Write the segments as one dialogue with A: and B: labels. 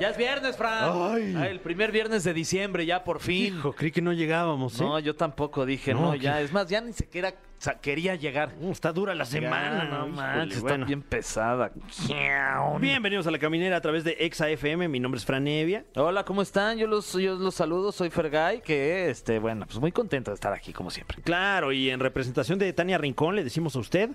A: Ya es viernes, Fran. Ah,
B: Ay.
A: el primer viernes de diciembre, ya por fin.
B: Hijo, creí que no llegábamos, ¿eh?
A: No, yo tampoco dije, no,
B: No,
A: ya.
B: ¿qué?
A: Es más, ya ni siquiera sa- quería llegar.
B: Mm, Está dura la semana,
A: Ya, no
B: híjole,
A: manches, está
B: bueno.
A: bien pesada.
B: Bienvenidos a La Caminera a través de Exa FM. Mi nombre es Fran Evia.
A: Hola, ¿cómo están? Yo los, yo los saludo, soy Fergay, que, este, bueno, pues muy contento de estar aquí, como siempre.
B: Claro, y en representación de Tania Rincón le decimos a usted,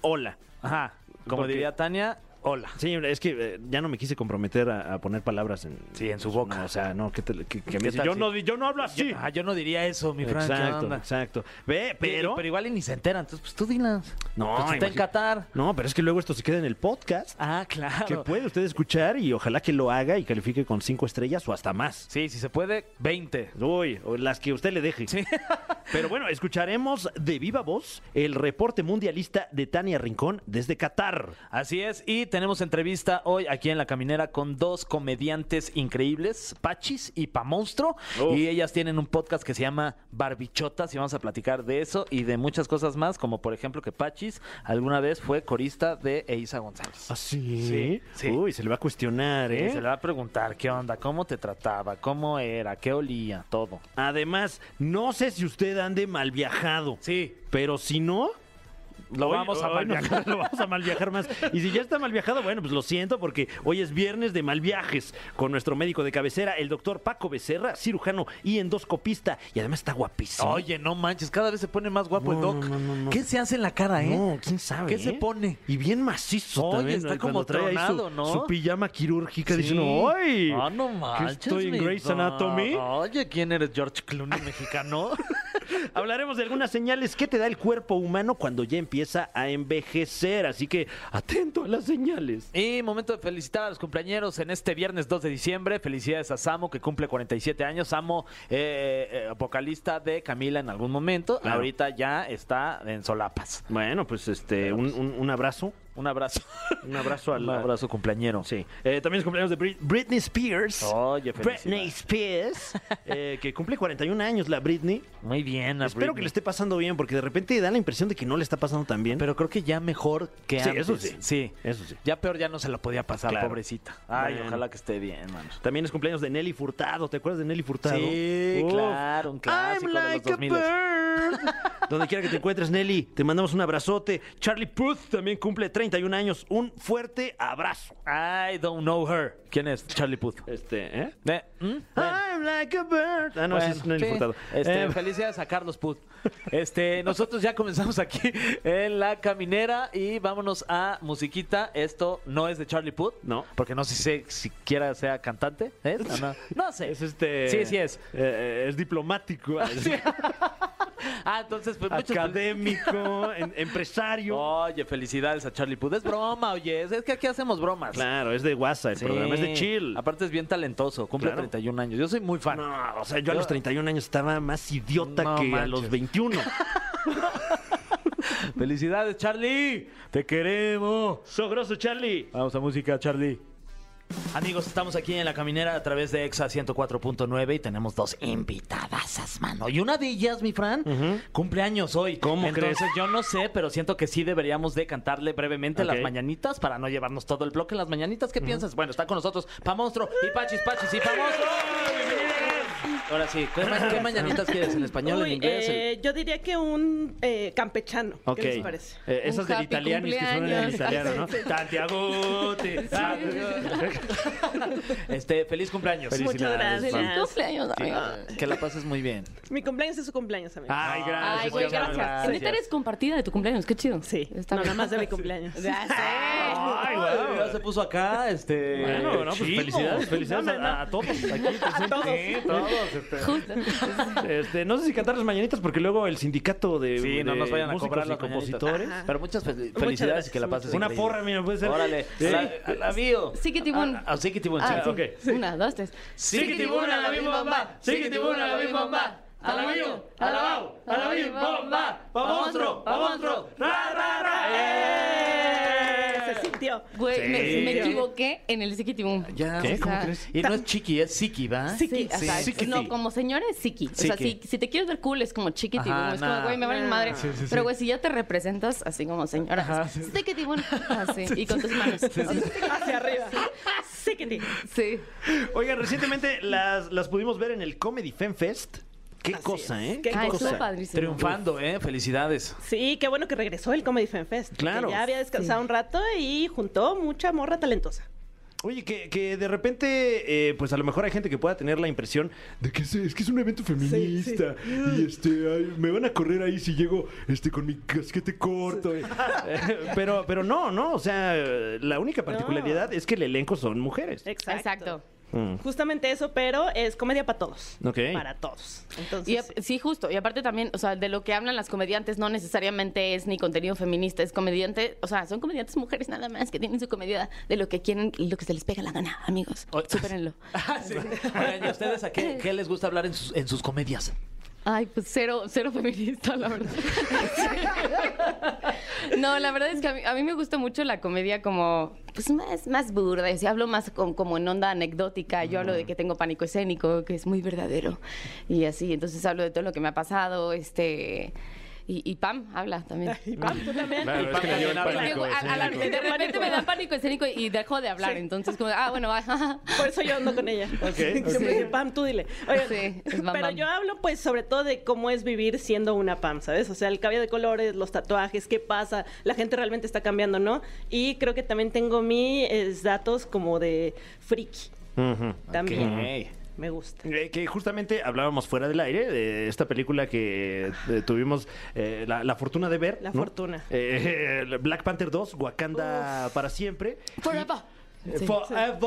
B: hola.
A: Ajá, como
B: Porque-
A: diría Tania, hola.
B: Sí, es que eh, ya no me quise comprometer a, a poner palabras en...
A: Sí, en su boca.
B: No, o sea, no, que, te- que- que
A: ¿Qué
B: me dice,
A: tal
B: yo,
A: si-
B: no, di- yo no hablo así.
A: Ah, yo no diría eso, mi Fran. ¿qué
B: exacto,
A: onda?
B: exacto. Ve,
A: Pero,
B: pero...
A: pero igual y ni se enteran, entonces pues tú dilas.
B: No,
A: Pues, está en
B: imagínate.
A: Qatar.
B: No, pero es que luego esto se queda en el podcast.
A: Ah, claro.
B: Que puede usted escuchar y ojalá que lo haga y califique con cinco estrellas o hasta más.
A: Sí, si se puede, 20.
B: Uy, o las que usted le deje.
A: Sí.
B: Pero bueno, escucharemos de viva voz el reporte mundialista de Tania Rincón desde Qatar.
A: Así es, y tenemos entrevista hoy aquí en La Caminera con dos comediantes increíbles, Pachis y Pa Monstruo,
B: Uf.
A: y ellas tienen un podcast que se llama Barbichotas y vamos a platicar de eso y de muchas cosas más, como por ejemplo que Pachis alguna vez fue corista de Eiza
B: ¿Ah,
A: González.
B: sí?
A: ¿Ah, Sí.
B: Uy, se le va a cuestionar,
A: Y
B: ¿eh?
A: Se le va a preguntar qué onda, cómo te trataba, cómo era, qué olía, todo.
B: Además, no sé si usted ande mal viajado.
A: Sí,
B: Pero si no...
A: Lo vamos a mal
B: nos-
A: viajar.
B: lo vamos a mal viajar más. Y si ya está mal viajado, bueno, pues lo siento porque hoy es viernes de mal viajes con nuestro médico de cabecera, el doctor Paco Becerra, cirujano y endoscopista. Y además está guapísimo.
A: Oye, no manches, cada vez se pone más guapo el
B: No,
A: doc.
B: no, no, no, no.
A: ¿Qué se hace en la cara, eh?
B: No, quién sabe.
A: ¿Qué se
B: eh?
A: pone?
B: Y bien macizo
A: Oye,
B: también,
A: está
B: ¿no? Y
A: como
B: cuando trae ahí su-
A: tronado, ¿no?
B: Su pijama quirúrgica
A: Sí.
B: dice uno, ¡ay!
A: Ah, no
B: ¿que
A: manches,
B: estoy
A: mi
B: en Grey's
A: doc.
B: Anatomy.
A: Oye, ¿quién eres George Clooney mexicano?
B: Hablaremos de algunas señales que te da el cuerpo humano cuando ya empieza a envejecer. Así que atento a las señales.
A: y momento de felicitar a los cumpleañeros en este viernes 2 de diciembre. Felicidades a Samo, que cumple 47 años. Samo, eh, eh, vocalista de Camila en algún momento.
B: Claro.
A: Ahorita ya está en Solapas.
B: Bueno, pues este, un, un- un abrazo.
A: Un abrazo.
B: Un abrazo al.
A: Un abrazo cumpleañero.
B: Sí. Eh, también es cumpleaños de Brit- Britney Spears.
A: Oye,
B: Britney
A: felicidades.
B: Spears, eh, que cumple 41 años la Britney.
A: Muy bien, a
B: Espero que
A: Britney.
B: le esté pasando bien, porque de repente da la impresión de que no le está pasando tan bien.
A: Pero creo que ya mejor que
B: Sí,
A: antes.
B: eso sí.
A: Sí.
B: Eso sí.
A: Ya peor ya no se la podía pasar,
B: Claro.
A: pobrecita. Ay,
B: Bueno.
A: ojalá que esté bien, mano.
B: También es cumpleaños de Nelly Furtado. ¿Te acuerdas de Nelly Furtado?
A: Sí, claro, un clásico
B: I'm
A: de los
B: like
A: 2000.
B: a bird. Donde quiera que te encuentres, Nelly, te mandamos un abrazote. Charlie Puth también cumple 31 años. Un fuerte abrazo.
A: I don't know her. ¿Quién es? Charlie Puth.
B: Este, ¿eh?
A: Eh, ¿mm?
B: I'm like a bird. Ah, no, ese
A: Bueno,
B: es Nelly
A: sí.
B: Furtado.
A: Este,
B: Eh,
A: Felicidades a Carlos Put. Este, nosotros ya comenzamos aquí en la caminera y vámonos a musiquita. Esto no es de Charlie Put.
B: No.
A: Porque no sé si sé- siquiera sea cantante. ¿Es? o No, No sé.
B: es este.
A: Sí, sí es.
B: eh, es diplomático. es
A: Ah, entonces pues muchas fel-
B: académico, en- empresario.
A: Oye, felicidades a Charlie Puth. Es broma, oye. Es, es que aquí hacemos bromas.
B: Claro, es de WhatsApp el
A: Sí.
B: programa. Es de chill.
A: Aparte es bien talentoso. Cumple
B: Claro.
A: 31 años. Yo soy muy fan.
B: No, o sea, yo a los 31 años estaba más idiota
A: No
B: que a
A: manches.
B: los 21.
A: Felicidades, Charlie. Te queremos.
B: Sogroso, Charlie.
A: Vamos a música, Charlie. Amigos, estamos aquí en la caminera a través de EXA 104.9 y tenemos dos invitadas, mano. Y una de ellas, mi Fran, cumpleaños hoy.
B: ¿Cómo
A: Entonces,
B: crees?
A: yo no sé, pero siento que sí deberíamos de cantarle brevemente las
B: Ok.
A: mañanitas para no llevarnos todo el bloque en las mañanitas. ¿Qué piensas? Bueno, está con nosotros Pa Monstruo y Pachis Pachis y Pa Monstruo. Ahora sí, ¿qué, ma- qué mañanitas quieres? ¿En español, en
C: Uy,
A: inglés? en-
C: eh, Yo diría que un eh, campechano.
B: Ok.
C: ¿Qué les parece?
B: Eh,
D: Un
B: esas del
D: happy
B: italiano que suenan en
D: cumpleaños.
B: italiano, ¿no? Santiago. te- ah,
A: Este, feliz cumpleaños.
C: Muchas
B: Felicidades,
D: Feliz
C: gracias.
D: cumpleaños, amigo.
A: eh, Que la pases muy bien.
C: Mi cumpleaños es su cumpleaños, amigo.
B: Ay, gracias.
D: Ay, güey,
B: qué amable.
D: gracias. Neta eres compartida de tu cumpleaños, qué chido.
C: Sí,
D: Está
C: no,
D: bien.
C: nada más de mi cumpleaños.
D: Ya
E: Ah,
D: sé.
B: Ay,
A: Ay,
B: guau.
A: ya se puso acá, este.
B: Bueno, no, pues
A: chido.
B: felicidades, felicidades a- a, a todos aquí presentes.
A: Sí, todos. este.
D: Justo.
B: Este, no sé si cantar las mañanitas porque luego el sindicato de,
A: Sí, no
B: de
A: nos vayan a
B: músicos
A: cobrar
B: y
A: los
B: compositores.
A: Pero muchas fel- felicidades
C: gracias,
A: y que la pases
B: Una
A: increíble.
B: porra, mira, puede ser.
A: Órale.
B: Sí.
A: A la bio.
D: Sí que tibún.
A: Así que tibón.
D: Ah,
A: sí.
D: sí.
B: ok.
D: Una, dos, tres.
A: Sí que tibón.
D: tibuna la bim bomba, sí que tibuna la bim bomba. A la bio, a la bao, a la bim bomba. Pa' monstruo, pa' monstruo.
B: ra, ra, ra.
C: Eh, se sintió.
E: Güey, me,
A: Sí.
E: me equivoqué en el Sikitibum.
A: Ya,
E: ¿Qué?
A: o sea,
E: ¿Cómo crees?
A: Y no es chiqui, es psiqui, ¿va?
E: Sí, o sea,
A: Sí, que sí.
E: No, como señor es Siki. O sea,
A: Siki.
E: si, si te quieres ver cool es como chiquitibum.
A: Ajá,
E: es
A: nah.
E: como, güey, me vale madre.
A: Sí, sí, sí.
E: Pero, güey, si ya te representas así como señora.
A: Ajá,
E: Ajá,
A: sí.
E: Así, y con tus manos. Ah, Así.
C: Hacia arriba. Sí que te-
E: Sí.
B: Oigan, recientemente las, las pudimos ver en el Comedy Fan Fest. Qué
C: Así
B: cosa,
C: es.
B: ¿eh?
C: Qué
E: Ah,
C: cosa.
E: estuvo padrísimo.
A: Triunfando, ¿eh? Felicidades.
C: Sí, qué bueno que regresó el Comedy Fan Fest. porque
B: Claro.
C: Ya había descansado un rato y juntó mucha morra talentosa.
B: Oye, que, que de repente, eh, pues a lo mejor hay gente que pueda tener la impresión de que es, es que es un evento feminista y este, ay, me van a correr ahí si llego este, con mi casquete corto. Eh, pero, pero no, no, o sea, la única particularidad es que el elenco son mujeres.
C: Exacto.
E: Exacto.
B: Mm.
C: Justamente eso, pero es comedia para todos.
B: Ok.
C: Para todos. Entonces,
E: Y, ap- sí, justo. Y aparte también, o sea, de lo que hablan las comediantes no necesariamente es ni contenido feminista, es comediante, o sea, son comediantes mujeres nada más que tienen su comedia de lo que quieren, y lo que se les pega la gana, amigos.
A: O-
E: Supérenlo.
A: Ah, sí. Oigan, ¿y ustedes a qué, qué les gusta hablar en sus, en sus comedias?
E: Ay, pues cero, cero feminista, la verdad. no, la verdad es que a mí, a mí me gusta mucho la comedia como, pues más, más burda. Yo sí hablo más con- como en onda anecdótica. Yo hablo de que tengo pánico escénico, que es muy verdadero. Y así, entonces hablo de todo lo que me ha pasado, este... Y, y Pam habla también.
C: Y Pam, tú también.
A: Y Pam también habla.
E: Porque a- a la- de repente me da pánico escénico y dejo de hablar.
C: Sí.
E: Entonces, como, ah, bueno, va.
C: Por eso yo ando con ella.
B: ok.
C: Siempre dice, Pam, tú dile. Oigan,
E: Sí, es Bam
C: pero
E: Bam.
C: yo hablo pues sobre todo de cómo es vivir siendo una Pam, ¿sabes? O sea, el cabello de colores, los tatuajes, qué pasa, la gente realmente está cambiando, ¿no? Y creo que también tengo mis datos como de friki. También.
A: Ok.
C: Me gusta.
B: Eh, Que justamente hablábamos fuera del aire de esta película que eh, tuvimos eh, la, la fortuna de ver.
C: La
B: ¿no?
C: fortuna.
B: Eh, eh, Black Panther 2, Wakanda para siempre.
E: Forever.
B: Eh,
E: Sí.
B: Forever.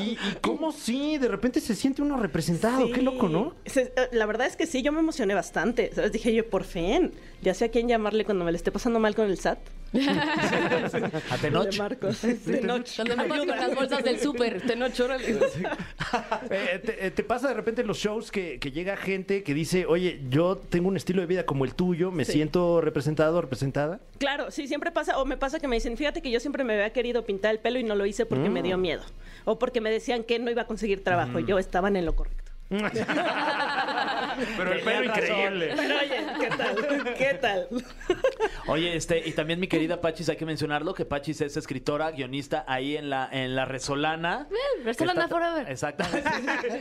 B: Y, y cómo sí, de repente se siente uno representado. Qué
C: Sí.
B: loco, ¿no?
C: Se- eh, la verdad es que sí, yo me emocioné bastante. ¿sabes? Dije yo, por fin, ya sé a quién llamarle cuando me le esté pasando mal con el SAT.
A: A Tenoch.
C: De Marcos. De noche.
E: Cuando me pasen
C: Ayuda.
E: las bolsas del súper, te no
B: Eh, te, eh, te pasa de repente en los shows que, que llega gente que dice, oye, yo tengo un estilo de vida como el tuyo, me siento representado, representada.
C: Claro, sí, siempre pasa, o me pasa que me dicen, fíjate que yo siempre me había querido pintar el pelo y no lo hice porque me dio miedo, o porque me decían que no iba a conseguir trabajo, y yo estaban en lo correcto.
B: Pero el pelo
A: Tenían razón.
B: increíble.
C: Pero oye, ¿qué tal? ¿Qué tal?
A: Oye, este, y también mi querida Pachis, hay que mencionarlo, que Pachis es escritora, guionista ahí en la, en la Resolana.
E: Resolana
A: Está-
E: forever.
A: Exactamente.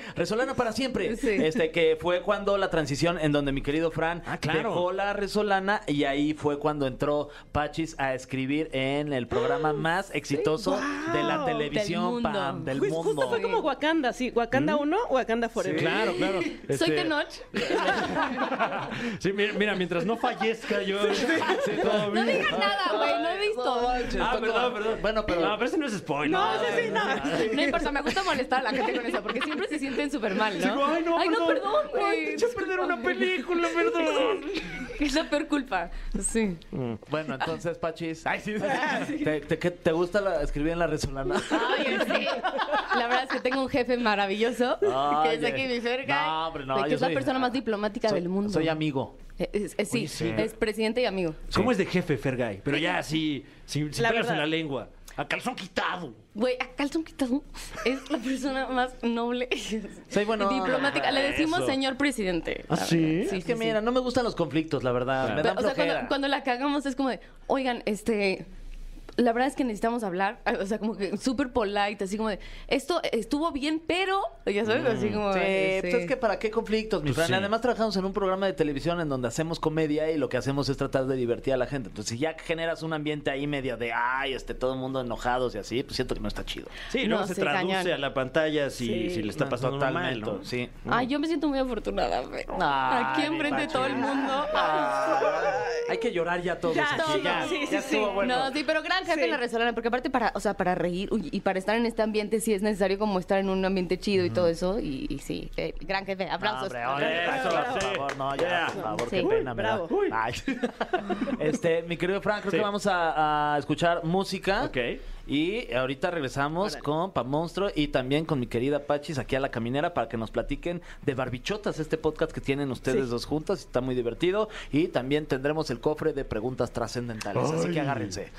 A: Resolana para siempre.
E: Sí.
A: Este, que fue cuando la transición en donde mi querido Fran
B: Ah, claro.
A: dejó la Resolana y ahí fue cuando entró Pachis a escribir en el programa más exitoso de la
C: Wow.
E: Ah, Del
A: televisión,
E: mundo.
A: Pam, del
C: Pues
A: mundo.
C: justo fue como Wakanda, sí, Wakanda 1, Wakanda Forever.
B: Claro, claro.
E: Soy
B: Este-
E: Tenoch.
B: Sí, mira, mira, mientras no fallezca yo. sí, todo
E: No
B: bien.
E: digas nada, güey, no he visto.
A: Ah, perdón, perdón. Bueno, pero...
B: No,
E: Ah.
B: pero ese no es spoiler.
C: No, sí, sí, no.
E: No importa, me gusta molestar a la gente con eso, porque siempre se sienten súper mal,
B: Sí,
E: ¿no?
B: ay, no,
E: Ay, no, perdón, güey.
B: Ay, te eché a perder una
E: discúlpame.
B: película, perdón.
E: Es la peor culpa. Sí.
A: Bueno, entonces, Pachis. Ay, sí. ¿Te, te, qué- te gusta la- escribir en la Resolana?
E: Ay, sí. La verdad es que tengo un jefe maravilloso,
A: Ay,
E: que es aquí mi cerca,
A: no, hombre, no,
E: que
A: yo
E: es la
A: soy-
E: persona más diplomática
A: Soy-
E: del mundo.
A: Soy amigo.
E: Eh, es- es- sí,
B: Oye, sí.
E: es presidente y amigo.
B: ¿Cómo es de jefe, Fergay? Pero ya así, sin, sin
C: La
B: pelos en
C: verdad.
B: la lengua. A calzón quitado.
E: Güey, a calzón quitado es la persona más noble.
A: Soy buena onda.
E: Diplomática. Le decimos
B: Eso.
E: señor presidente.
B: ¿Ah,
E: la
B: sí?
E: verdad.
A: es que mira, no me gustan los conflictos, la verdad. Me
E: Pero,
A: dan
E: o sea,
A: flojera.
E: cuando, cuando la cagamos es como de, oigan, este. La verdad es que necesitamos hablar, ah, o sea, como que súper polite, así como de, esto estuvo bien, pero, ya sabes, así como...
A: Sí,
E: ay,
A: pues
E: eh, sí.
A: es que para qué conflictos, mi Fran.
B: Pues sí.
A: Además trabajamos en un programa de televisión en donde hacemos comedia y lo que hacemos es tratar de divertir a la gente. Entonces, si ya generas un ambiente ahí medio de, ay, este, todo el mundo enojados y así, pues siento que no está chido.
B: Sí, no,
E: No,
B: se
E: sí,
B: traduce
E: cañón.
B: a la pantalla si,
C: Sí,
B: si le está
A: No,
B: pasando mal,
A: totalmente,
B: ¿no?
A: Sí.
E: Ay, yo me siento muy afortunada, fe.
A: Ay,
E: Aquí enfrente de
A: Pachi.
E: todo el mundo.
A: Hay que llorar ya todos.
C: Ya,
A: aquí,
E: sí,
A: ya,
C: sí, sí,
A: ya
C: sí.
A: estuvo bueno.
E: No, sí, pero gran jefe
C: Sí.
E: en la restaurante, porque aparte para, o sea, para reír uy, y para estar en este ambiente sí es necesario como estar en un ambiente chido y todo eso, y, y sí, eh, gran jefe,
A: No,
E: aplausos.
A: hombre, oye,
B: Eso,
A: por
B: sí.
A: favor, no, ya,
B: Yeah.
A: por favor,
E: Sí.
A: qué
E: Uy,
A: pena me da.
C: bravo.
A: Ay. Este, mi querido Frank, creo
B: Sí.
A: que vamos a, a escuchar música.
B: Ok.
A: Y ahorita regresamos
C: Órale.
A: con Pa Monstruo y también con mi querida Pachis aquí a la caminera para que nos platiquen de barbichotas, este podcast que tienen ustedes
C: Sí.
A: dos juntas. Está muy divertido. Y también tendremos el cofre de preguntas trascendentales. Así que
B: Ay.
A: agárrense.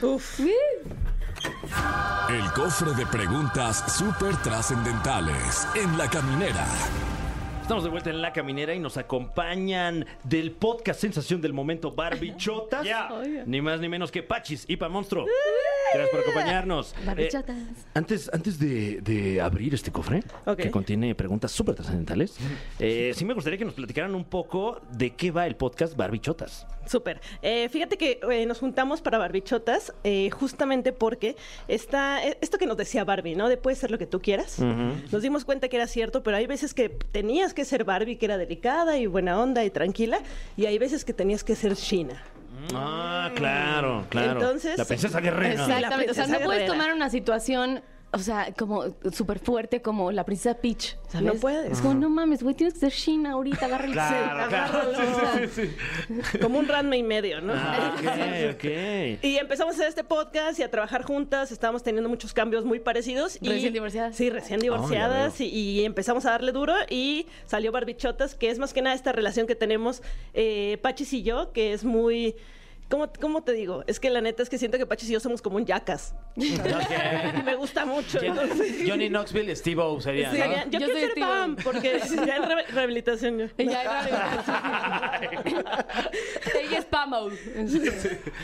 F: El cofre de preguntas súper trascendentales en la caminera.
B: Estamos de vuelta en La Caminera y nos acompañan del podcast Sensación del Momento Barbichotas.
C: Oh, yeah.
B: Ni más ni menos que Pachis y Pa Monstruo. Gracias por acompañarnos.
E: Barbichotas.
B: Eh, antes antes de, de abrir este cofre,
C: Ok.
B: que contiene preguntas súper trascendentales, eh, sí me gustaría que nos platicaran un poco de qué va el podcast Barbichotas.
C: Súper. Eh, fíjate que eh, nos juntamos para Barbichotas eh, justamente porque está eh, esto que nos decía Barbie, ¿no? De puedes ser lo que tú quieras. Nos dimos cuenta que era cierto, pero hay veces que tenías que ser Barbie, que era delicada y buena onda y tranquila, y hay veces que tenías que ser China.
B: Ah, claro, claro.
C: Mm. Entonces-
B: la princesa guerrera.
C: Sí, la
E: Exactamente. O sea, no
C: princesa
E: puedes
C: guerrera.
E: tomar una situación. O sea, como súper fuerte, como la princesa Peach, ¿sabes?
C: No puedes.
E: Es como, no mames, güey, tienes que ser China ahorita, agarra el
B: Claro, claro. Ah, Sí, sí, sí,
C: Como un ranma y medio, ¿no?
B: Ah, ok, ok.
C: Y empezamos a hacer este podcast y a trabajar juntas. Estábamos teniendo muchos cambios muy parecidos. Y,
E: Recién divorciadas.
C: Sí, recién divorciadas. y, y empezamos a darle duro y salió Barbichotas, que es más que nada esta relación que tenemos eh, Pachis y yo, que es muy... ¿Cómo, cómo te digo? Es que la neta es que siento que Pachis y yo somos como un yacas. Me gusta mucho. entonces-
A: Johnny Knoxville y Steve O serían.
C: Sí,
A: ¿no?
C: ya- yo,
E: Yo
C: quiero
E: soy
C: ser
E: Steve.
C: Pam, porque ya en re- rehabilitación yo.
E: Ella, Ella es Pamau.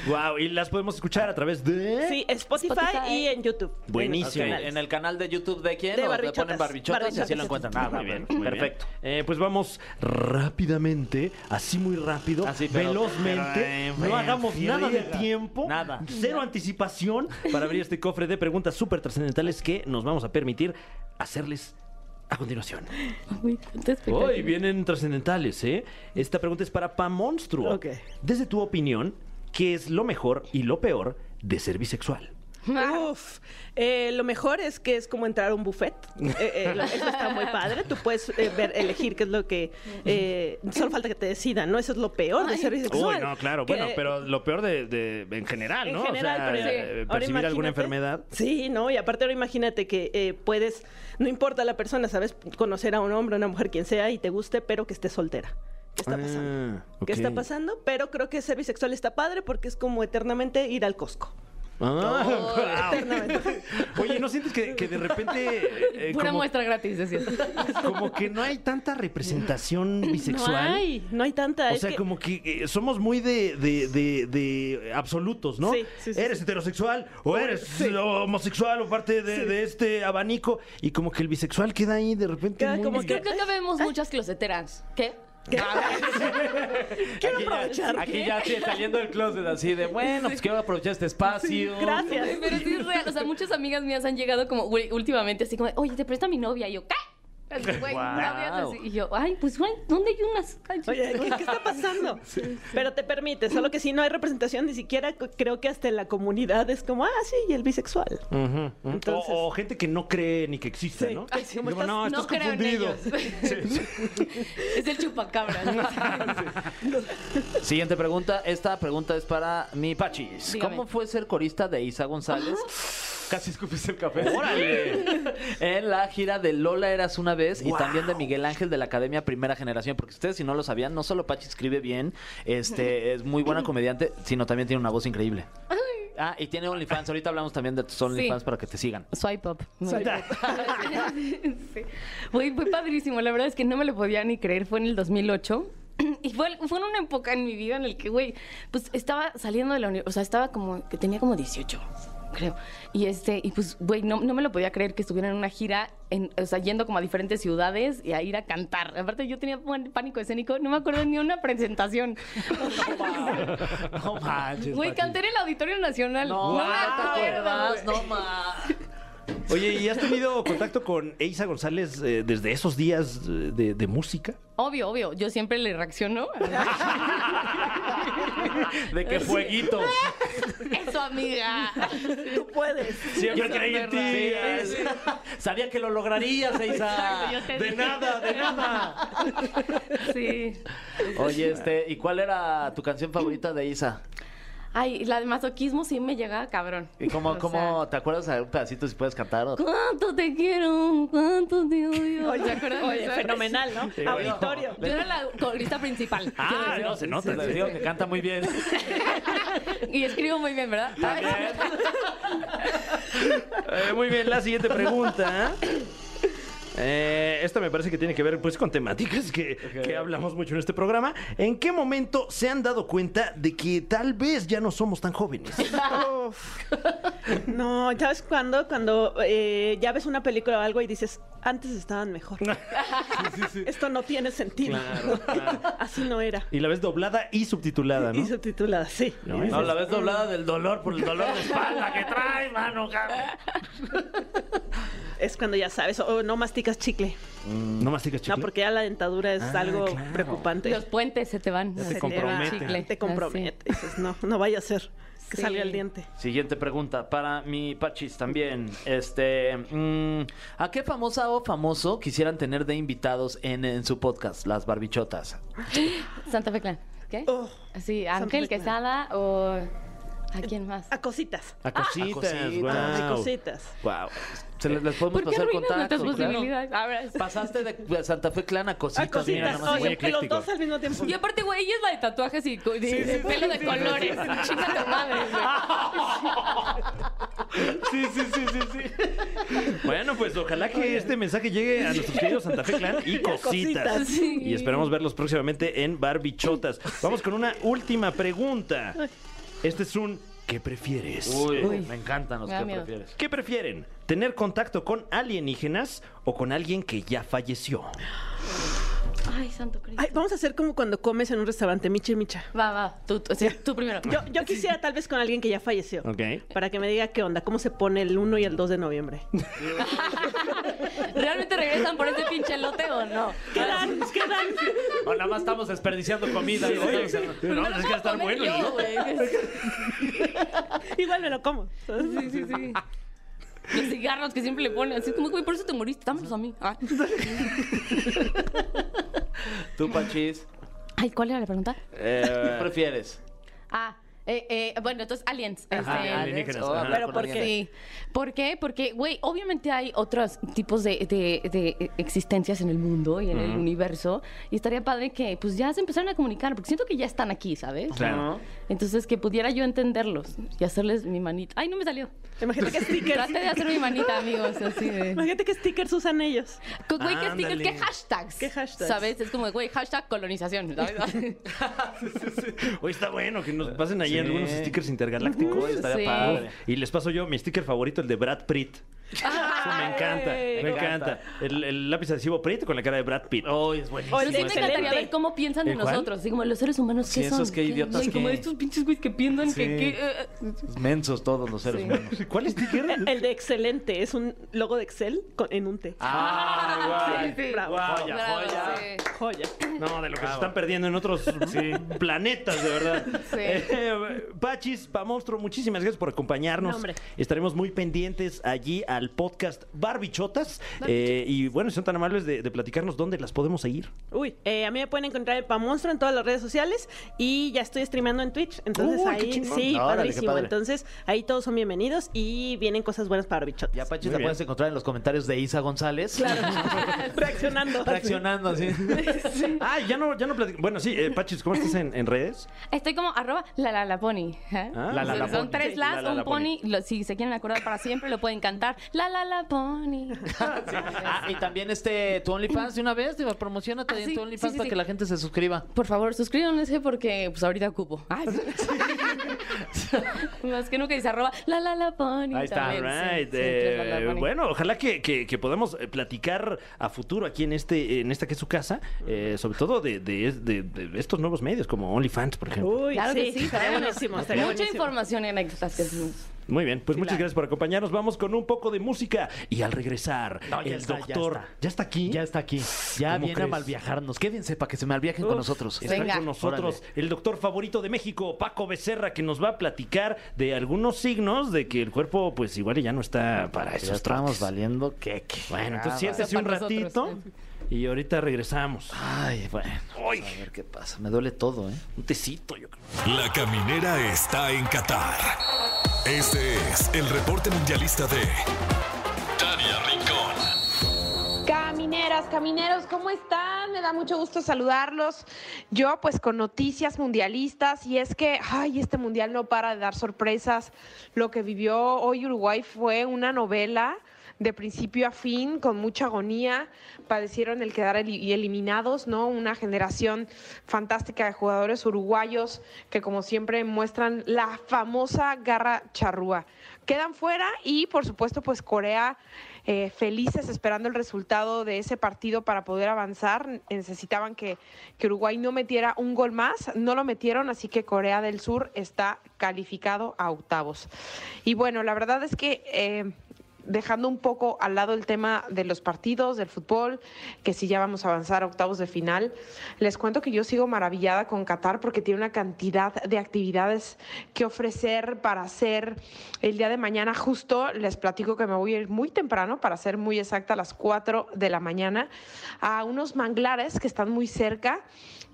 B: Wow, y las podemos escuchar a través de.
C: Sí, Spotify,
E: Spotify.
C: y en YouTube.
A: Ok,
B: Buenísimo.
A: En el canal de YouTube de quién?
C: De
A: ¿O le
C: Barbichotas.
A: ponen barbichotas y así lo encuentran.
B: Ah,
A: Ah,
B: muy bien,
A: bueno,
B: muy bien.
A: perfecto.
B: Eh, pues vamos rápidamente, así muy rápido,
A: Así, Ah, pero-
B: velozmente.
A: pero, eh,
B: no hagamos
A: friega.
B: nada de tiempo,
A: Nada.
B: cero anticipación para abrir este cofre de preguntas súper trascendentales que nos vamos a permitir hacerles a continuación. Hoy vienen trascendentales, ¿eh? Esta pregunta es para Pa Monstruo.
C: Ok.
B: Desde tu opinión, ¿qué es lo mejor y lo peor de ser bisexual?
C: Uf, Eh, lo mejor es que es como entrar a un buffet. Eh, eh, lo- eso está muy padre. Tú puedes eh, ver, elegir qué es lo que. eh, solo falta que te decidan, ¿no? Eso es lo peor de ser bisexual. Que-
B: lo peor de, de- en general,
C: En general, pero, sí.
B: eh,
C: Ahora imagínate- Sí, ¿no? Y aparte ahora imagínate que eh, puedes, no importa la persona, ¿sabes? Conocer a un hombre, a una mujer, quien sea, y te guste, pero que esté soltera. ¿Qué está pasando?
B: Ah,
C: ¿Qué está
B: ok.
C: pasando? Pero creo que ser bisexual está padre porque es como eternamente ir al Costco.
B: Ah, guau.
C: Oh, Eternamente.
B: Oye, ¿no sientes que, que de repente... eh,
E: Pura
B: como,
E: muestra gratis, es cierto.
B: como que no hay tanta representación bisexual.
E: No hay.
C: No hay tanta.
B: O
C: es
B: sea,
C: que-
B: como que eh, somos muy de, de- de- de absolutos, ¿no?
C: Sí, sí, sí,
B: eres
C: sí.
B: heterosexual o eres homosexual o parte de, de este abanico. Y como que el bisexual queda ahí de repente.
C: Queda
B: muy-
C: como
E: Creo que acá vemos muchas closeteras. ¿Qué?
C: Quiero
A: Aquí ya-
C: aprovechar. ¿eh?
A: Aquí ya sí, saliendo del closet así de, bueno, pues quiero aprovechar este espacio.
C: Gracias.
E: Pero sí es real. O sea, muchas amigas mías han llegado como ul- últimamente así como, oye, te presta mi novia. Y yo, ¿qué? Así, güey, novias así. Y yo, ay, pues, güey, ¿dónde hay unas? Ay,
C: Oye, ¿qué, qué está pasando? Pero te permite, solo que si no hay representación, ni siquiera c- creo que hasta en la comunidad es como, ah, sí, y el bisexual. Entonces,
B: ¿Mm? o, o gente que no cree ni que existe,
C: Sí.
B: ¿no?
C: Ay, sí, como
B: Digo,
C: estás-
B: no, estás
E: no creo en
B: confundido.
E: ellos. Es el chupacabra.
A: Siguiente pregunta. Esta pregunta es para mi Pachis.
E: Dígame.
A: ¿Cómo fue ser corista de Isa González? Casi escupiste el café. en la gira de Lola Eras una vez y también de Miguel Ángel de la Academia Primera Generación. Porque ustedes, si no lo sabían, no solo Pachi escribe bien, este, es muy buena comediante, sino también tiene una voz increíble. Ah, y tiene OnlyFans. Ahorita hablamos también de tus OnlyFans para que te sigan.
E: Swipe up. Sí. Güey, fue padrísimo. La verdad es que no me lo podía ni creer. Fue en el 2008. Y fue, fue en una época en mi vida en el que, güey, pues estaba saliendo de la universidad. O sea, estaba como, que tenía como 18, creo. Y este, y pues, güey, no, no me lo podía creer que estuviera en una gira, en, o sea, yendo como a diferentes ciudades y a ir a cantar. Aparte, yo tenía pan- pánico escénico. No me acuerdo ni una presentación.
A: No manches.
E: Güey, canté en el Auditorio Nacional.
A: No,
E: No, me
A: no, te
E: acuerdo,
A: acuerdas,
E: güey.
A: no más.
B: Oye, ¿y has tenido contacto con Eiza González eh, desde esos días eh, de, de música?
E: Obvio, obvio. Yo siempre le reacciono.
A: De que fueguito.
E: Eso, amiga.
C: tú puedes.
A: Siempre
E: Eso
A: creí
E: es
A: en ti.
E: verdad.
A: Sí, sí. Sabía que lo lograrías, Eiza.
E: Exacto, yo te
A: de
E: dije.
A: nada, de nada.
E: Sí.
A: Oye, este, ¿y cuál era tu canción favorita de Isa?
E: Ay, la de masoquismo sí me llega cabrón.
A: ¿Y cómo,
E: O
A: cómo
E: sea,
A: te acuerdas de algún pedacito si puedes cantar? o-
E: ¿Cuánto te quiero? ¿Cuánto te odio? ¿Te acuerdas de
C: Oye,
E: esa?
C: fenomenal, ¿no?
A: Sí, bueno.
C: Auditorio.
E: Yo era la corista principal.
A: Ah, no, se nota. Les digo que canta muy bien.
E: Y escribo muy bien, ¿verdad?
B: Eh, muy bien, la siguiente pregunta. Eh, esta me parece que tiene que ver pues con temáticas que, que hablamos mucho en este programa. ¿En qué momento se han dado cuenta de que tal vez ya no somos tan jóvenes?
C: No, ¿sabes cuándo? Cuando eh, ya ves una película o algo y dices, antes estaban mejor. Esto no tiene sentido.
B: Claro, claro.
C: Así no era.
B: Y la ves doblada y subtitulada,
C: Y
B: ¿no?
C: subtitulada, sí.
B: No,
A: No, la ves doblada del dolor por el dolor de espalda que trae, mano. cabrón.
C: Es cuando ya sabes, o no masticas chicle.
B: No masticas chicle.
C: No, porque ya la dentadura es
B: Ah,
C: algo
B: claro.
C: preocupante.
E: Los puentes se te van.
B: Ya
C: Se
B: te
C: te
B: compromete.
C: va,
E: Chicle.
C: Te compromete. Dices, no, no vaya a ser que
E: Sí.
C: salga el diente.
A: Siguiente pregunta para mi Pachis también. Este, mm, ¿a qué famosa o famoso quisieran tener de invitados en, en su podcast, las barbichotas?
E: Así. Santa Fe Clan. ¿Qué?
C: Oh,
E: Así,
C: Santa
E: Ángel
C: Fe Clan.
E: Quesada o... ¿A quién más?
C: A cositas.
B: A cositas,
A: cositas,
C: Ah, A
B: guau.
C: cositas.
A: Wow. Se les, les podemos
E: ¿Por qué
A: pasar
E: arruinas
A: contacto.
E: nuestras
A: claro.
E: posibilidades? Ah, Ahora es-
A: Pasaste de de Santa Fe Clan a cositas.
C: A cositas.
A: nada más.
B: muy
C: Oye, los
B: ecléctico.
C: dos al mismo tiempo.
E: Y aparte, güey, ella es la de tatuajes y co- de, de pelo de colores. Chinga tu madre, güey.
B: Sí, sí, sí, sí, sí. Bueno, pues ojalá que este mensaje llegue a nuestros queridos Santa Fe Clan y cositas.
C: cositas.
E: Sí.
B: Y esperamos verlos próximamente en Barbichotas. Vamos con una última pregunta. Este es un ¿qué prefieres?
A: Uy,
E: Uy.
A: me encantan los
E: Me da
A: que
E: miedo.
A: prefieres.
B: ¿Qué prefieren? ¿Tener contacto con alienígenas o con alguien que ya falleció?
E: Ay, santo Cristo.
C: Ay, vamos a hacer como cuando comes en un restaurante, miche, micha.
E: Va, va. Tú, tú, sí, tú primero.
C: Yo, yo quisiera tal vez con alguien que ya falleció.
B: Ok.
C: Para que me diga qué onda, cómo se pone el 1 y el 2 de noviembre.
E: ¿Realmente regresan por ese pinche lote o no?
C: ¿Qué dan? ¿Qué dan?
A: O nada más estamos desperdiciando comida. y estamos-
B: No, pues es que estar
E: Comer
B: bueno.
E: yo, güey.
C: Igual me lo como.
E: Sí, sí, sí. Los cigarros que siempre le ponen. Así como, güey, por eso te moriste. Dámelos a mí. Ah.
A: Tú, Pachis,
E: Ay, ¿cuál era la pregunta?
A: ¿qué prefieres?
E: Ah, eh, eh, bueno, entonces aliens.
B: Ajá,
E: Este,
B: alienígenas.
A: O
B: ajá.
A: hablar
C: Pero
A: con
C: ¿por
A: alguien.
C: qué?
E: Sí. ¿Por qué? Porque, güey, obviamente hay otros tipos de, de- de existencias en el mundo y en el universo. Y estaría padre que, pues, ya se empezaran a comunicar, porque siento que ya están aquí, ¿sabes?
B: Claro.
E: Entonces, que pudiera yo entenderlos y hacerles mi manita. ¡Ay, no me salió!
C: Imagínate que stickers.
E: Traté de hacer mi manita, amigos, así de...
C: Imagínate que stickers usan ellos.
E: Co- Güey, ¿qué, stickers?
B: Ándale.
E: ¿Qué hashtags?
C: ¿Qué hashtags?
E: ¿Sabes? Es como, güey, hashtag colonización, ¿sabes?
B: Hoy está bueno que nos pasen ahí
A: Sí.
B: algunos stickers intergalácticos.
A: Uy, estaría
E: Sí.
A: padre.
B: Y les paso yo mi sticker favorito, el de Brad Pitt. Ese me encanta, me encanta.
A: encanta. Oh.
B: El, el lápiz adhesivo Pitt con la cara de Brad Pitt.
A: Hoy es buenísimo.
C: Oye,
E: Pero sí me encantaría
C: excelente.
E: ver cómo piensan de
B: ¿El cuál?
E: nosotros, así como los seres humanos
A: Sí,
E: que son.
A: esos qué idiotas
E: Ay, como
A: que-
E: estos pinches güeyes que piensan que...
A: Sí.
E: que, eh,
A: Pues Mensos todos los seres
E: Sí.
A: humanos.
B: ¿Cuál sticker?
C: El de excelente es un logo de Excel con- en un té.
A: Ah,
E: sí, sí.
C: Bravo.
B: Guau.
A: Joya,
E: Bravo,
A: joya.
E: sí.
C: Joya.
B: No, de lo que se están perdiendo en otros planetas, de verdad.
E: Sí.
B: Eh, Pachis, Pa Monstruo, muchísimas gracias por acompañarnos.
C: No, hombre.
B: Estaremos muy pendientes allí al podcast Barbichotas. Eh, y bueno, si son tan amables de, de platicarnos dónde las podemos seguir.
C: Uy, eh, a mí me pueden encontrar en Pamonstro en todas las redes sociales y ya estoy streameando en Twitch. Entonces
B: Uy, qué
C: ahí
B: chingón.
C: sí,
A: Órale, qué
C: padrísimo.
A: padre.
C: Entonces ahí todos son bienvenidos y vienen cosas buenas para bichotes.
A: Ya pues. Pachis
B: Muy
A: la
B: bien.
A: puedes encontrar en los comentarios de Isa González.
C: Reaccionando.
A: Reaccionando así.
B: Ah, ya no, ya no platic- Bueno, sí, eh, Pachis, ¿cómo estás en, en redes?
E: Estoy como arroba la la la pony. ¿eh?
B: Ah,
A: La, la, la
E: Son- Son
A: pony.
E: tres
B: Sí,
E: las,
B: la, la,
E: un
B: la pony.
E: pony. Lo- si se quieren acordar para siempre, lo pueden cantar. La la la pony.
A: Ah, y también este tu OnlyFans de una vez, te promociona
E: Ah,
A: también
E: sí,
A: tu OnlyFans
E: sí, sí,
A: para
E: sí.
A: que la gente se suscriba.
E: Por favor, suscríbanse porque pues ahorita ocupo. Ay, Más que nunca dice arroba la la la pony.
A: Ahí está,
E: también, sí,
B: Alright,
E: sí,
B: eh,
E: tres la, la, pony.
B: bueno, ojalá que, que- que podamos eh, platicar a futuro aquí en este, en esta que es su casa, eh, sobre todo de, de- de- de estos nuevos medios como OnlyFans, por ejemplo.
A: Uh,
C: Uy,
E: Claro
C: sí,
E: que sí.
C: estaría
E: claro.
C: buenísimo.
E: Mucha
C: Estaría buenísimo.
E: información y anécdotas que hacemos.
B: Muy bien, pues muchas
C: Claro.
B: gracias por acompañarnos. Vamos con un poco de música y al regresar,
A: No, ya
B: el
A: está, ya
B: doctor
A: está.
B: aquí.
A: Ya está aquí. Ya
B: ¿Cómo
A: viene a
B: crees?
A: malviajarnos. Quédense para que se malviajen con nosotros.
B: Está
E: Venga.
B: con nosotros el doctor favorito de México, Paco Becerra, que nos va a platicar de algunos signos de que el cuerpo, pues igual y ya no está para
A: Ya
B: esos
A: estamos
B: trotes.
A: valiendo queque.
B: Bueno, entonces
A: Ah,
B: siéntese un
E: Para nosotros,
B: ratito
E: sí.
B: Y ahorita regresamos.
A: Ay, bueno. vamos A ver qué pasa. Me duele todo, ¿eh?
B: Un tecito, yo creo.
F: La caminera está en Qatar. Este es el reporte mundialista de Tania Rincón.
G: Camineras, camineros, ¿cómo están? Me da mucho gusto saludarlos. Yo pues con noticias mundialistas y es que, ay, este mundial no para de dar sorpresas. Lo que vivió hoy Uruguay fue una novela de principio a fin, con mucha agonía, padecieron el quedar eli- y eliminados, ¿no? Una generación fantástica de jugadores uruguayos que como siempre muestran la famosa garra charrúa. Quedan fuera y por supuesto pues Corea eh, felices esperando el resultado de ese partido para poder avanzar. Necesitaban que, que Uruguay no metiera un gol más, no lo metieron, así que Corea del Sur está calificado a octavos. Y bueno, la verdad es que eh, dejando un poco al lado el tema de los partidos, del fútbol, que si ya vamos a avanzar a octavos de final, les cuento que yo sigo maravillada con Qatar porque tiene una cantidad de actividades que ofrecer para hacer el día de mañana. Justo les platico que me voy a ir muy temprano, para ser muy exacta, a las 4 de la mañana, a unos manglares que están muy cerca.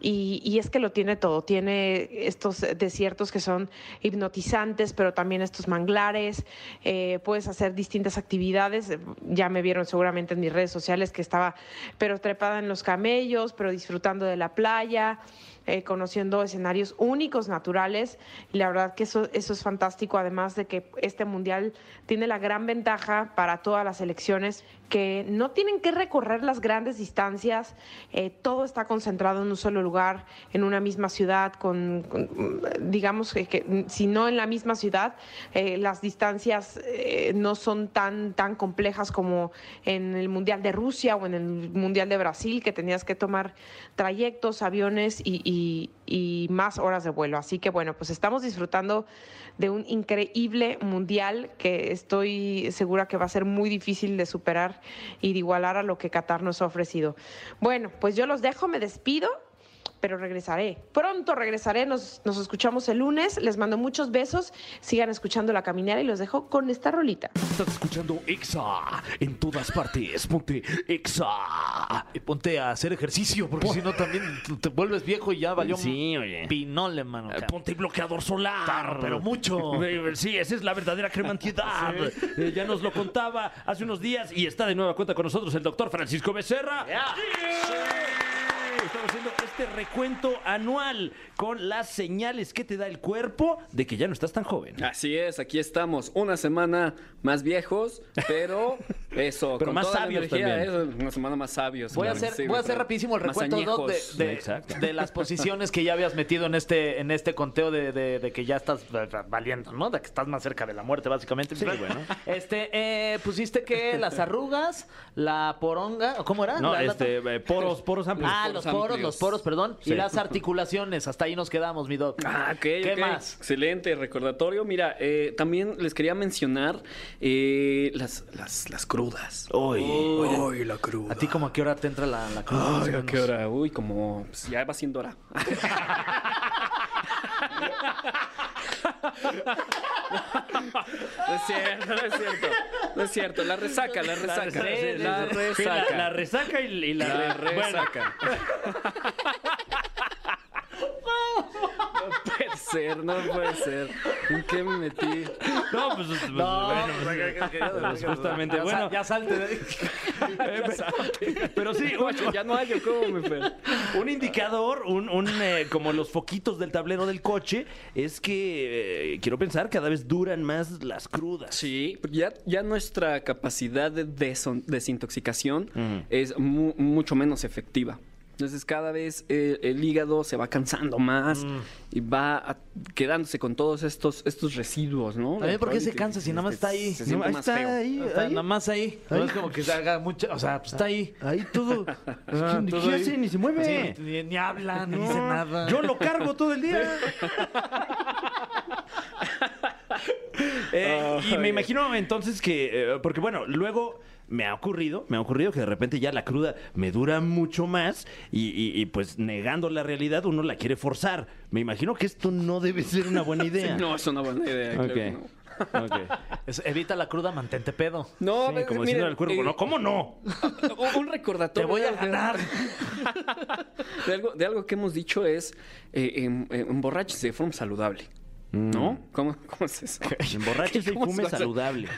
G: Y, y es que lo tiene todo, tiene estos desiertos que son hipnotizantes, pero también estos manglares, eh, puedes hacer distintas actividades, ya me vieron seguramente en mis redes sociales que estaba pero trepada en los camellos, pero disfrutando de la playa, eh, conociendo escenarios únicos, naturales, y la verdad que eso, eso es fantástico, además de que este mundial tiene la gran ventaja para todas las elecciones que no tienen que recorrer las grandes distancias, eh, todo está concentrado en un solo lugar, en una misma ciudad, con, con, digamos que, que, si no en la misma ciudad, eh, las distancias eh, no son tan, tan complejas como en el Mundial de Rusia o en el Mundial de Brasil, que tenías que tomar trayectos, aviones y, y, y más horas de vuelo. Así que bueno, pues estamos disfrutando de un increíble mundial que estoy segura que va a ser muy difícil de superar y de igualar a lo que Qatar nos ha ofrecido. Bueno, pues yo los dejo, me despido, pero regresaré. Pronto regresaré, nos, nos escuchamos el lunes, les mando muchos besos, sigan escuchando La Caminera y los dejo con esta rolita.
B: Estás escuchando EXA en todas partes. Ponte EXA.
A: Y ponte a hacer ejercicio, porque si no también te- te vuelves viejo y ya valió
B: Sí,
A: un
B: oye.
A: pinole, mano.
B: Eh, Ponte bloqueador solar.
A: Tar, pero mucho.
B: Eh, Sí, esa es la verdadera crema antiedad. Eh, ya nos lo contaba hace unos días y está de nueva cuenta con nosotros el doctor Francisco Becerra. Sí. Estamos haciendo este recuento anual con las señales que te da el cuerpo de que ya no estás tan joven.
H: Así es, aquí estamos, una semana más viejos, pero eso,
B: Pero
H: con
B: más
H: toda la
B: sabios
H: energía,
B: también.
H: eso, una semana más sabios.
A: Voy a
H: claro que
A: hacer,
H: sí,
A: voy a
H: o sea,
A: hacer rapidísimo el
H: más
A: recuento Doc, de,
H: añejos.
A: de-
B: Exacto.
A: de las posiciones que ya habías metido en este, en este conteo de, de- de que ya estás eh, valiendo, ¿no? De que estás más cerca de la muerte, básicamente. Sí,
B: bueno.
A: Este, eh, pusiste que las arrugas, la poronga, ¿cómo era?
B: No,
A: La- la-
B: este, eh, poros, poros amplios.
A: Ah, los
H: Los poros
A: poros,
H: amplios.
A: los poros, perdón.
B: Sí.
A: Y las articulaciones. Hasta ahí nos quedamos, mi doc.
H: Ah, ok,
A: ¿Qué
H: ok.
A: más?
H: Excelente, recordatorio. Mira, eh, también les quería mencionar eh, las, las, las crudas.
B: Uy.
H: Uy, la cruda.
A: ¿A ti como a qué hora te entra la, la cruz?
H: Ay, ¿a qué hora? Uy, como pues, ya va siendo hora. No es cierto, no es cierto. No es cierto, la resaca, la resaca. La resaca. La
B: Sí, la- la
H: resaca.
B: resaca y, y la, bueno,
H: No puede ser, no puede ser. ¿En qué me metí?
B: No, pues, pues, bueno, pues, justamente,
A: Ya,
B: bueno.
A: sa- ya salte de ahí.
H: Eh,
B: Pero sí, un-
H: Ya no hay, yo ¿cómo me fue?
B: Un indicador, un, un, eh, como los foquitos del tablero del coche, es que eh, quiero pensar cada vez duran más las crudas.
H: Sí, ya, ya nuestra capacidad de deson- desintoxicación es mu- mucho menos efectiva. Entonces cada vez eh, el hígado se va cansando más
B: Mm.
H: y va a- quedándose con todos estos, estos residuos, ¿no?
A: También, ¿por qué se cansa si nada más está ahí?
H: Se
B: No,
H: siente
B: ahí
H: más
B: está,
H: feo.
B: ahí,
A: Está
B: ahí,
A: nada más ahí. No es como que se haga mucho. O sea, pues está ahí.
B: ahí todo.
A: Ah,
B: ¿Qué
A: todo ahí.
B: hace? Ni se mueve.
A: Sí, ni, ni habla, ni
B: No,
A: dice nada.
B: Yo lo cargo todo el día. Eh, y me imagino entonces que, eh, porque bueno, luego me ha ocurrido, me ha ocurrido que de repente ya la cruda me dura mucho más y, y- y, pues negando la realidad uno la quiere forzar. Me imagino que esto no debe ser una buena idea.
H: No, es una buena idea. claro
B: Ok.
H: que no.
A: Es- evita la cruda, mantente pedo.
H: No,
B: Sí,
H: eh,
B: como
H: miren,
B: diciendo al cuerpo,
H: eh,
B: no, ¿cómo no?
H: un- Un
A: Te
H: recordatorio.
A: voy a
H: de-
A: ganar.
H: De algo, de algo que hemos dicho es eh, em- em- emborráchense de forma saludable. ¿No? ¿Cómo, cómo es eso?
B: Mm. Emborráchese y
H: ¿Cómo
B: fume
H: se va a-
B: saludable.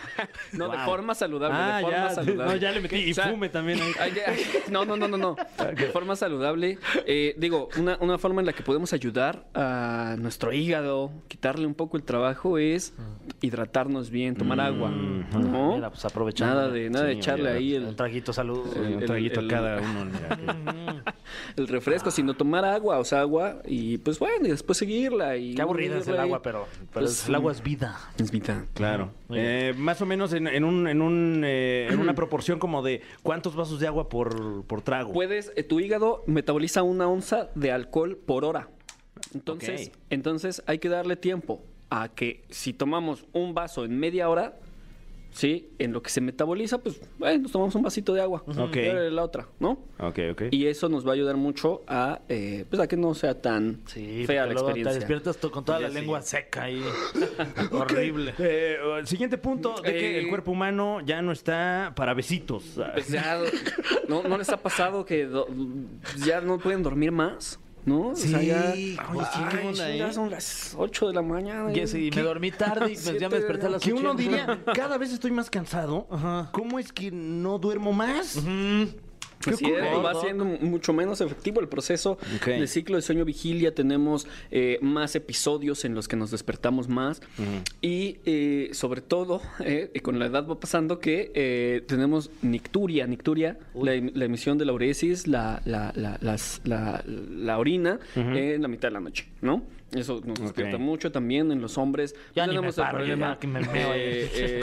H: No, de
B: Wow. Ah,
H: forma saludable, de forma
B: ya,
H: saludable.
B: No, ya le metí. Y
H: O sea,
B: fume también ahí.
H: Ay, ay, No, no, no, no, no. De forma saludable. Eh, digo, una, una forma en la que podemos ayudar a nuestro hígado, quitarle un poco el trabajo, es
B: Mm.
H: hidratarnos bien, tomar agua.
B: Ah,
H: ¿no?
A: Mira, pues aprovechando.
H: Nada de, nada de
B: Sí,
H: echarle
B: oye,
H: ahí
A: Un
H: el,
A: traguito, salud.
H: el-
B: un traguito
H: el-
B: a cada uno. mira, que-
H: el refresco, sino tomar agua, o sea, agua, y pues bueno, y después seguirla. Y
A: Qué aburrida es el
H: seguirla ahí.
A: agua, pero, pero
H: Pues,
A: el agua es vida.
H: Es vida.
B: Claro.
A: Muy bien.
B: Eh, más o menos en, en un, en, un, eh, en una proporción como de cuántos vasos de agua por, por trago.
H: Puedes, eh, tu hígado metaboliza una onza de alcohol por hora. Entonces,
B: Ok.
H: entonces hay que darle tiempo a que si tomamos un vaso en media hora, sí, en lo que se metaboliza, pues eh, nos tomamos un vasito de agua.
B: Ujú. Ok.
H: Y ahora La otra, ¿no?
B: Ok, ok.
H: Y eso nos va a ayudar mucho a, eh, pues a que no sea tan
A: Sí,
H: fea
A: porque luego
H: la experiencia. Pues
A: Te despiertas tú con toda la lengua seca y horrible.
B: Eh, el siguiente punto de que
H: Eh,
B: el cuerpo humano ya no está para besitos.
H: Pues ya, ¿no, ¿no les ha pasado que do- ya no pueden dormir más? ¿No? O sea,
A: Sí,
H: ya,
A: oye,
H: Ay,
A: ¿qué onda,
H: chinga,
A: eh?
H: son las 8 de la mañana.
A: Que sí, me dormí tarde y pues, ya me desperté a las
B: que
A: ocho.
B: uno diría, cada vez estoy más cansado. ¿Cómo es que no duermo más? ¿Qué
H: Así es,
B: ocurre?
H: Pues eh, va siendo mucho menos efectivo el proceso
B: Ok.
H: del ciclo de sueño vigilia. Tenemos eh, más episodios en los que nos despertamos más. Y eh, sobre todo, eh, y con la edad va pasando que eh, tenemos nicturia. Nicturia, la, em- la emisión de la uresis, la, la, la- las- la- la orina en la mitad de la noche, ¿no? Eso nos despierta mucho también en los hombres.
A: Ya
H: No
A: ni me
H: tenemos el
A: paro, ya
H: problema,
A: nada que me meo ahí.
H: eh,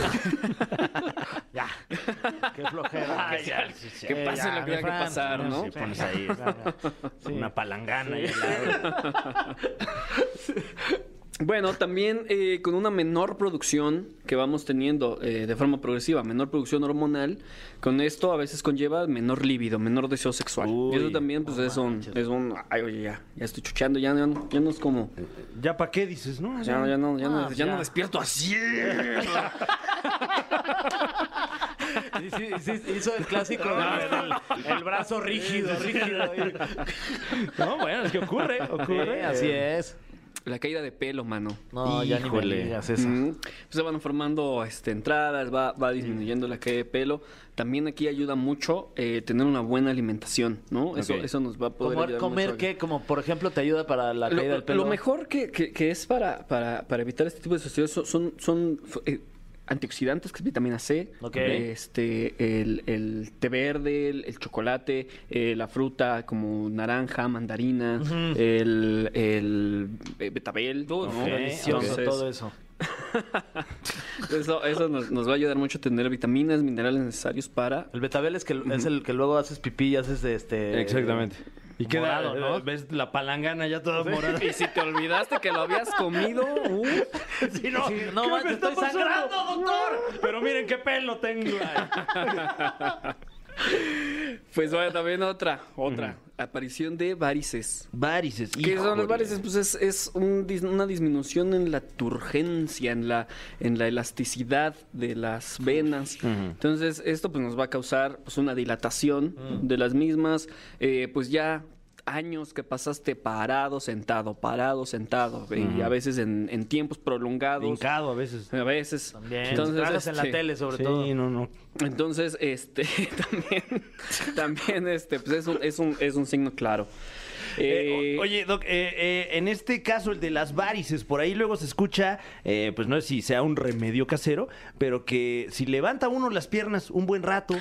A: Ya. Qué flojera.
H: Ay, ya. Que
A: Eh,
H: pase
A: ya,
H: lo que
A: mi
H: tenga que
A: Fran,
H: pasar, ¿no?
B: Sí, pones ahí una palangana. y
H: Bueno, también eh, con una menor producción que vamos teniendo eh, de forma progresiva, menor producción hormonal, con esto a veces conlleva menor líbido, menor deseo sexual. y eso también pues es un, es un, ay oye ya, ya estoy chuchando, ya, ya, no- ya no es como,
B: ¿Ya para qué dices? No,
H: ya, no- ya no, ya, no,
A: Ah,
H: ya no
A: ya.
H: despierto así.
A: Y sí- y sí- hizo el clásico,
H: Ah,
A: el, el brazo rígido, rígido. ahí.
B: No, bueno, es que ocurre, ocurre.
A: Sí, así es.
H: La caída de pelo, mano.
A: No, ya ni me
B: Híjole.
A: digas eso.
H: Ujú. Pues se van formando este, entradas, va, va disminuyendo la caída de pelo. También aquí ayuda mucho eh, tener una buena alimentación, ¿no? Eso,
B: Ok.
H: eso nos va a poder
A: Comer,
H: ayudar
A: comer
H: mucho.
A: qué, como por ejemplo, te ayuda para la
H: Lo,
A: caída del pelo.
H: lo mejor que, que- que es para, para, para evitar este tipo de sucesos son, son, f- eh, antioxidantes, que es vitamina C,
A: Ok.
H: este, el, el té verde, el, el chocolate, eh, la fruta como naranja, mandarina, el, el eh, betabel. ¿no?
A: Ok, delicioso
H: Entonces,
A: todo eso.
H: eso, eso nos, nos va a ayudar mucho a tener vitaminas, minerales necesarios para...
A: El betabel es, que, es el que luego haces pipí y haces de este.
B: Exactamente. Y queda, eh,
A: Morado, ¿no?
B: ves la palangana ya toda morada.
H: Y si te olvidaste que lo habías comido, uh,
B: Sí, no,
A: Sí, no,
B: ¿qué
A: manches,
B: me está
A: estoy
B: pasando?
A: sangrando,
B: doctor. Pero miren qué pelo tengo.
H: pues vaya también otra, otra. Aparición de varices.
B: Varices.
H: ¿Qué son los varices? Pues es, es un dis- una disminución en la turgencia, en la, en la elasticidad de las venas. Entonces, esto pues nos va a causar pues, una dilatación
B: Mm.
H: de las mismas. Eh, pues ya años que pasaste parado, sentado, parado, sentado. eh, Y a veces en, en tiempos prolongados.
B: Hincado a veces.
H: A veces.
A: También. Entonces, en la
H: este,
A: tele, sobre todo.
B: no, no.
H: entonces, este, también, también, este, pues es un, es un, es un signo claro.
B: Eh,
H: Eh,
B: o- oye, Doc, eh, eh, en este caso el de las varices, por ahí luego se escucha, eh, pues no sé si sea un remedio casero, pero que si levanta uno las piernas un buen rato,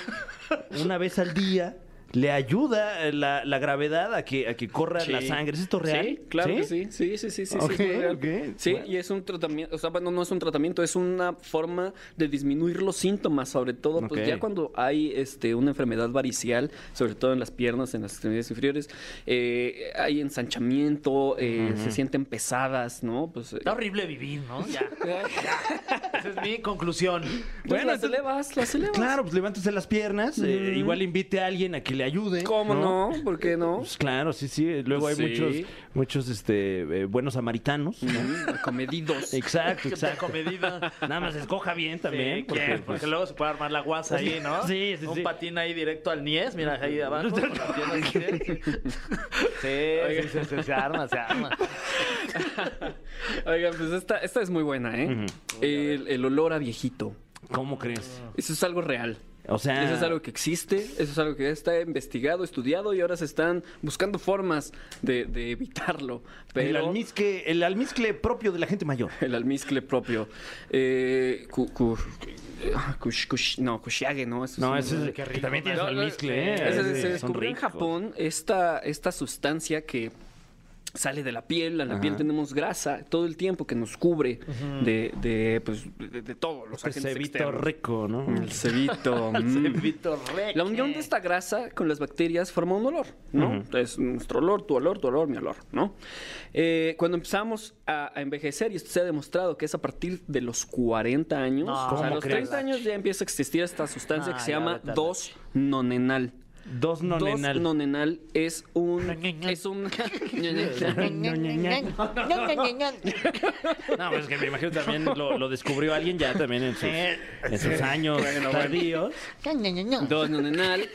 B: una vez al día, le ayuda eh, la, la gravedad a que, a que corra
H: Sí.
B: la sangre. ¿Es esto real?
H: Sí, claro que sí. Sí, sí, sí, sí. sí,
B: Ok,
H: es muy real.
B: ok.
H: Sí,
B: Bueno.
H: y es un tratamiento, o sea, bueno, no es un tratamiento, es una forma de disminuir los síntomas, sobre todo, pues
B: Ok.
H: ya cuando hay este, una enfermedad varicial, sobre todo en las piernas, en las extremidades inferiores, eh, hay ensanchamiento, eh, se sienten pesadas, ¿no? Pues, eh,
A: Está horrible vivir, ¿no? Ya. ya. Esa es mi conclusión.
H: bueno, las elevas, las elevas.
B: Claro, pues levántese las piernas, eh, igual invite a alguien a que le ayude.
H: ¿Cómo no? ¿Por qué no?
B: Pues claro, sí, sí. Luego hay
H: Sí.
B: muchos, muchos este, eh, buenos samaritanos.
H: Mm, Comedidos.
B: Exacto,
A: Está
B: exacto.
A: comedida.
B: Nada más escoja bien también.
A: Sí, ¿quién? porque,
B: pues,
A: luego se puede armar la guasa ahí, ¿no?
B: Sí, sí,
A: Un
B: sí.
A: patín ahí directo al Nies, mira, ahí abajo. con las piernas así. Sí, sí, sí, sí, se arma, se arma.
H: Oigan, pues esta, esta es muy buena, ¿eh? el, el olor a viejito.
B: ¿Cómo crees?
H: Eso es algo real.
B: O sea,
H: Eso es algo que existe, eso es algo que ya está investigado, estudiado y ahora se están buscando formas de, de evitarlo.
B: el,
H: Pero
B: almizcle, el almizcle propio de la gente mayor.
H: el almizcle propio. Eh, cu- cu- ah, kush- kush- no, kushiage, no. Eso
B: No,
H: un-
B: ese es
A: Qué rico,
B: También tiene
H: No,
B: su
H: no,
B: almizcle, ¿eh?
H: ese-
B: Ese-
H: se
B: son
H: descubrió en
B: ricos.
H: Japón esta, esta sustancia que sale de la piel, a la piel tenemos grasa todo el tiempo que nos cubre de, de, pues, de, de todos los
B: Este
H: agentes
B: cebito
H: externos.
B: rico, ¿no?
H: El cebito. mm.
A: Vitor Reque.
H: La unión de esta grasa con las bacterias forma un olor, ¿no? Entonces, nuestro olor, tu olor, tu olor, mi olor, ¿no? Eh, cuando empezamos a, a envejecer, y esto se ha demostrado que es a partir de los 40 años,
A: No,
H: o sea, a
B: ¿cómo
H: los
B: crees?
H: 30 años ya empieza a existir esta sustancia
A: Ah,
H: que se
A: ya,
H: llama
A: vete a la
H: 2-nonenal.
B: Dos nonenal.
H: 2-nonenal es un... es un...
B: No, pues es que me imagino también lo, lo descubrió alguien ya también en sus,
H: Eh,
B: en sus años tardíos.
H: Dos nonenal.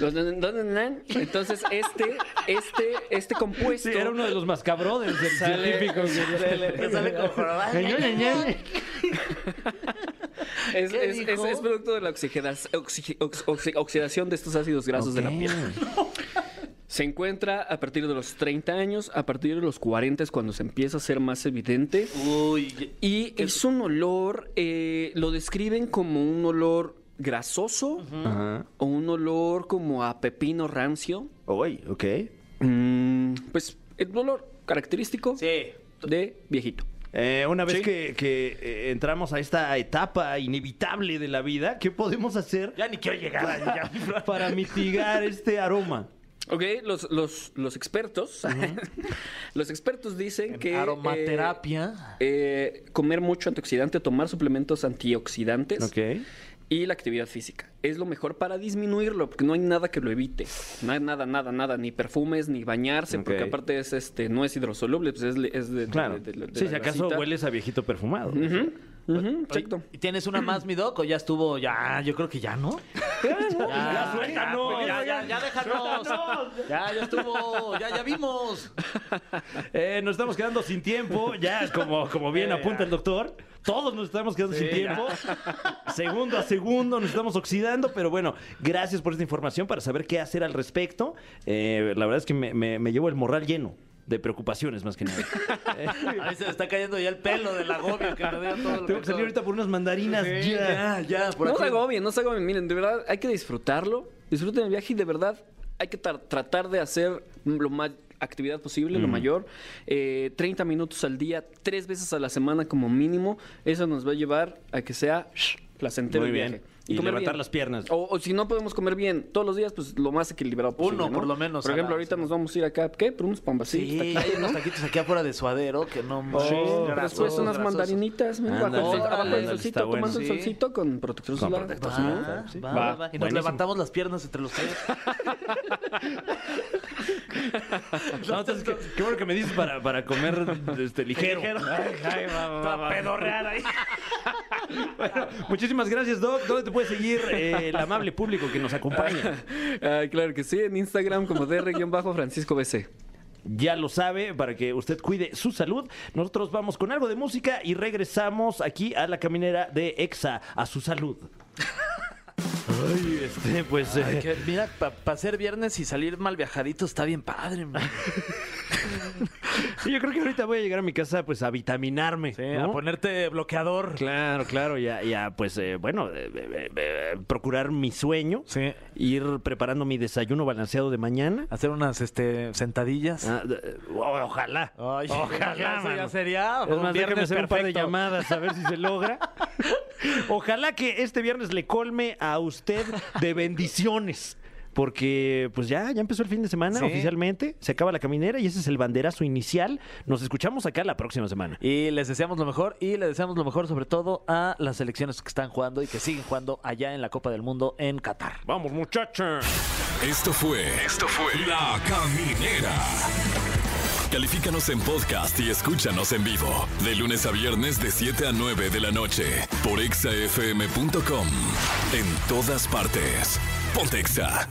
H: Dos nonen- dos nonenal. Entonces, este, este, este compuesto...
B: Sí, era uno de los mascabrothers del científico.
A: Que sale con jorobado.
H: Es,
A: ¿Qué
H: es- es-
A: dijo?
H: es producto de la oxigena- oxi- ox- oxi- oxidación de estos ácidos grasos de la piel. Se encuentra a partir de los 30 años, a partir de los 40 es cuando se empieza a ser más evidente.
A: Uy,
H: Y es un olor, eh, lo describen como un olor grasoso
B: Ajá.
H: o un olor como a pepino rancio.
B: Uy, ok.
H: Mm, pues el olor característico
A: sí.
H: de viejito.
B: Eh, una vez
H: Sí.
B: que, que, eh, entramos a esta etapa inevitable de la vida, ¿qué podemos hacer
A: Ya ni quiero llegar.
B: para, para mitigar este aroma?
H: Ok, los, los, los expertos, los expertos dicen que... eh,
A: Aromaterapia.
H: eh, comer mucho antioxidante, tomar suplementos antioxidantes
B: Ok.
H: y la actividad física. Es lo mejor para disminuirlo, porque no hay nada que lo evite. No hay nada, nada, nada, ni perfumes, ni bañarse,
B: Ok.
H: porque aparte es este, no es hidrosoluble, pues es, le- es de, de-
B: Claro.
H: de- de- de
B: sí,
H: la
B: si acaso
H: grasita.
B: hueles a viejito perfumado.
H: Ujú, ujú, exacto.
A: ¿Y ¿Tienes una más, mi doc? ¿O ya estuvo? Ya, yo creo que ya, ¿no?
B: Ya, suéltanos.
A: Ya, ya, ya, ya déjanos. Ya, ya estuvo. Ya, ya vimos.
B: Eh, nos estamos quedando sin tiempo, ya como, como
A: Eh,
B: bien apunta el doctor. Todos nos estamos quedando sin tiempo. Segundo a segundo nos estamos oxidando, pero bueno, gracias por esta información para saber qué hacer al respecto. Eh, la verdad es que me, me- me llevo el morral lleno de preocupaciones más que nada.
A: A mí se me está cayendo ya el pelo de la gobia que me dio todo lo
B: Tengo que salir ahorita por unas mandarinas
A: Sí, ya,
B: ya.
A: ya, por
H: no se
A: aquí.
H: agobien, no se agobien. Miren, de verdad hay que disfrutarlo. Disfruten el viaje y de verdad hay que tra- tratar de hacer lo más actividad posible, lo mayor. Eh, 30 minutos al día, tres veces a la semana como mínimo. Eso nos va a llevar a que sea placentero
B: Muy
H: el
B: bien.
H: viaje.
B: Y
H: comer
B: levantar
H: bien.
B: las piernas.
H: O, o si no podemos comer bien todos los días, pues lo más equilibrado posible.
A: Uno,
H: ¿no?
A: por lo menos,
H: Por
A: a
H: ejemplo,
A: la
H: ahorita
A: semana.
H: nos vamos a ir acá, ¿qué? Por unos pambacitos.
A: Sí,
H: taquitos,
A: hay unos
H: ¿no?
A: taquitos aquí afuera de suadero que no
H: Sí,
A: manches,
H: después
A: grasosos,
H: unas
A: grasosos.
H: mandarinitas, mira, bajo el
B: Ándale,
H: sol- abajo
A: ándale,
H: el
A: está
H: solcito,
B: bueno.
H: tomando el
A: Sí.
H: solcito con protector
B: Con
H: solar. Ah,
B: protector
A: Va,
B: Sí,
A: va,
B: sí.
A: va,
B: Va,
A: va. Y nos
B: buenísimo.
A: levantamos las piernas entre los tres.
B: No, entonces, qué, qué bueno que me dices para, para comer este, ligero.
A: Para pedorrear ahí.
B: Bueno, muchísimas gracias, Doc. ¿Dónde te puede seguir eh, el amable público que nos acompaña?
H: Ah, claro que sí, en Instagram como dr-francisco bc.
B: Ya lo sabe, para que usted cuide su salud. Nosotros vamos con algo de música y regresamos aquí a la caminera de EXA, a su salud. Ay, este, pues. eh,
A: Que, mira, para ser viernes y salir mal viajadito está bien padre. man.
B: yo creo que ahorita voy a llegar a mi casa, pues, a vitaminarme. ¿no?
A: A ponerte bloqueador.
B: Claro, claro, ya, ya, pues, eh, bueno, eh, eh, eh, procurar mi sueño,
A: Sí.
B: ir preparando mi desayuno balanceado de mañana.
A: Hacer unas este, sentadillas.
B: Ah, eh, o- ojalá.
A: Ay,
B: ojalá,
A: eso ya
B: mano.
A: sería
B: Es más,
A: un viernes
B: déjame hacer un par de
A: perfecto.
B: llamadas a ver si se logra. Ojalá que este viernes le colme a usted de bendiciones. porque pues ya, ya empezó el fin de semana
A: Sí.
B: oficialmente, se acaba la caminera y ese es el banderazo inicial. Nos escuchamos acá la próxima semana.
A: Y les deseamos lo mejor y les deseamos lo mejor sobre todo a las selecciones que están jugando y que siguen jugando allá en la Copa del Mundo en Qatar.
B: Vamos muchachos.
F: Esto fue. Esto fue. La Caminera. Califícanos en podcast y escúchanos en vivo. De lunes a viernes, de 7 a 9 de la noche. Por exafm.com. En todas partes. Pontexa.